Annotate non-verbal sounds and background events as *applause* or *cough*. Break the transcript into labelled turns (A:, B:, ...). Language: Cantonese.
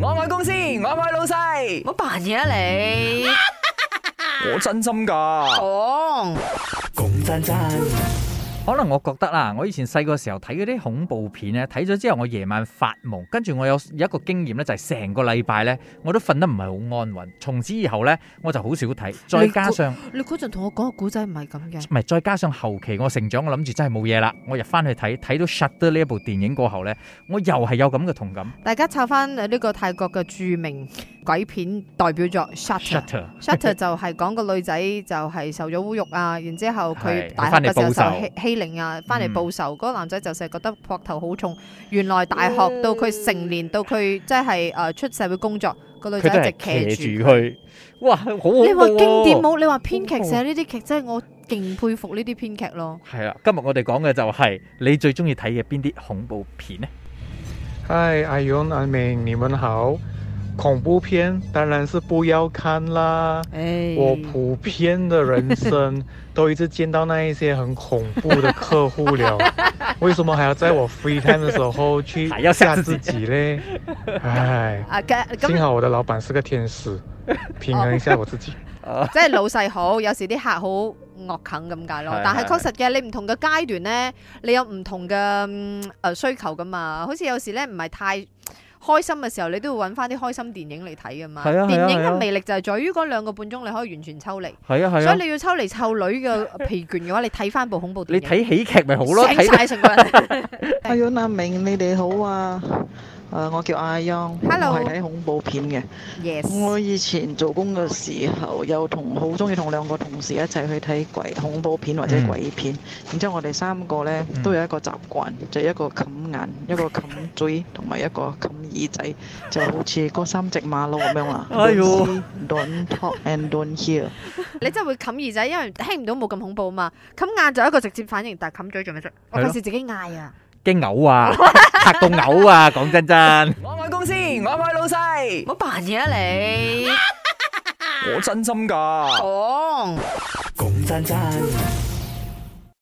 A: 我愛公司，我愛老細
B: 唔，好扮嘢啊你！
A: 我真心㗎。
B: 講
C: 可能我覺得啦，我以前細個時候睇嗰啲恐怖片咧，睇咗之後我夜晚發夢，跟住我有有一個經驗咧，就係成個禮拜咧我都瞓得唔係好安穩。從此以後咧，我就好少睇，再加上
B: 你嗰陣同我講個古仔唔係咁嘅，
C: 唔係再加上後期我成長，我諗住真係冇嘢啦，我入翻去睇睇到《Shutter》呢一部電影過後咧，我又係有咁嘅同感。
B: *laughs* 大家抄翻呢個泰國嘅著名鬼片代表作《Shutter》。
C: Shutter
B: Shutter 就係講個女仔就係受咗侮辱啊，然之後佢
C: 係
B: 大學嘅時候
C: 佢返嚟報
B: 受
C: 仇
B: 欺欺凌啊，翻嚟
C: 嗯
B: 報仇。嗰、個男仔就成日覺得膊頭好重，原來大學到佢成年到佢即係誒出社會工作，個女
C: 佢
B: 仔
C: 都
B: 一
C: 係
B: 直騎
C: 騎
B: 住
C: 住。佢，哇！好恐怖
B: 你話經典
C: 喎
B: 冇？你話編劇寫呢啲劇，真係我勁佩服呢啲編劇咯。
C: 係啦，今日我哋講嘅就係、你最中意睇嘅邊啲恐怖片呢？
D: 嗨，阿勇、阿明，你们好。恐怖片当然是不要看啦。
C: 嗯
B: 诶
D: 我普遍的人
C: *laughs*
D: 生都一直见到那一些很恐怖的客户
C: *laughs*
D: 了，为什么还要在我 free time 的时候去
C: 还要吓
D: 吓
C: 自
D: 自
C: 己
D: 己嘞？
C: *laughs*
D: 唉，
B: 啊嘅咁
D: 幸好我的老板是个天使，平衡一下我自己。
B: 即係老細好，有時啲客好惡啃咁解咯
C: 係。
B: 但係
C: 係
B: 確實嘅，你唔同嘅階段咧，你有唔同嘅誒、呃需求噶嘛。好似有時咧唔係太開心嘅時候，你都會揾翻啲開心電影嚟睇噶嘛。
C: 係啊係啊
B: 電影
C: 係
B: 嘅
C: 啊
B: 魅力就係在於嗰兩個半鐘你可以完全抽離，
C: 係啊係
B: 所
C: 啊
B: 以，你要抽離湊女嘅呃疲倦嘅話，你睇翻部恐怖電
C: 你
B: 影，
C: 睇喜劇咪好咯，
B: 醒
C: 睇
B: 晒成個人。
C: *laughs*
E: 阿勇阿明，你哋好啊！誒、我叫阿央
B: Hello
E: 我係睇恐怖片嘅。
B: yes，
E: 我以前做工嘅時候，有同好中意同兩個同事一齊去睇鬼恐怖片或者
C: 嗯
E: 鬼片。然之後我哋三個呢，
C: 嗯
E: 都有一個習慣，就係一個冚眼，一個冚嘴，同埋一個冚耳仔，就好似嗰三隻馬騮咁樣啦。
C: 哎呦
E: Don't see, don't talk and don't hear。
B: 你真係會冚耳仔，因為聽唔到冇咁恐怖啊嘛。冚眼就一個直接反應，但係冚嘴做咩啫？我
C: 係
B: 費
C: 咯
B: 事自己嗌啊！
C: 驚嘔啊， *laughs* 嚇到嘔啊！講真真，
A: 我愛公司，我愛老細
B: 唔，好扮嘢啊你！
A: 我真心㗎。
B: 講。
F: 講真真。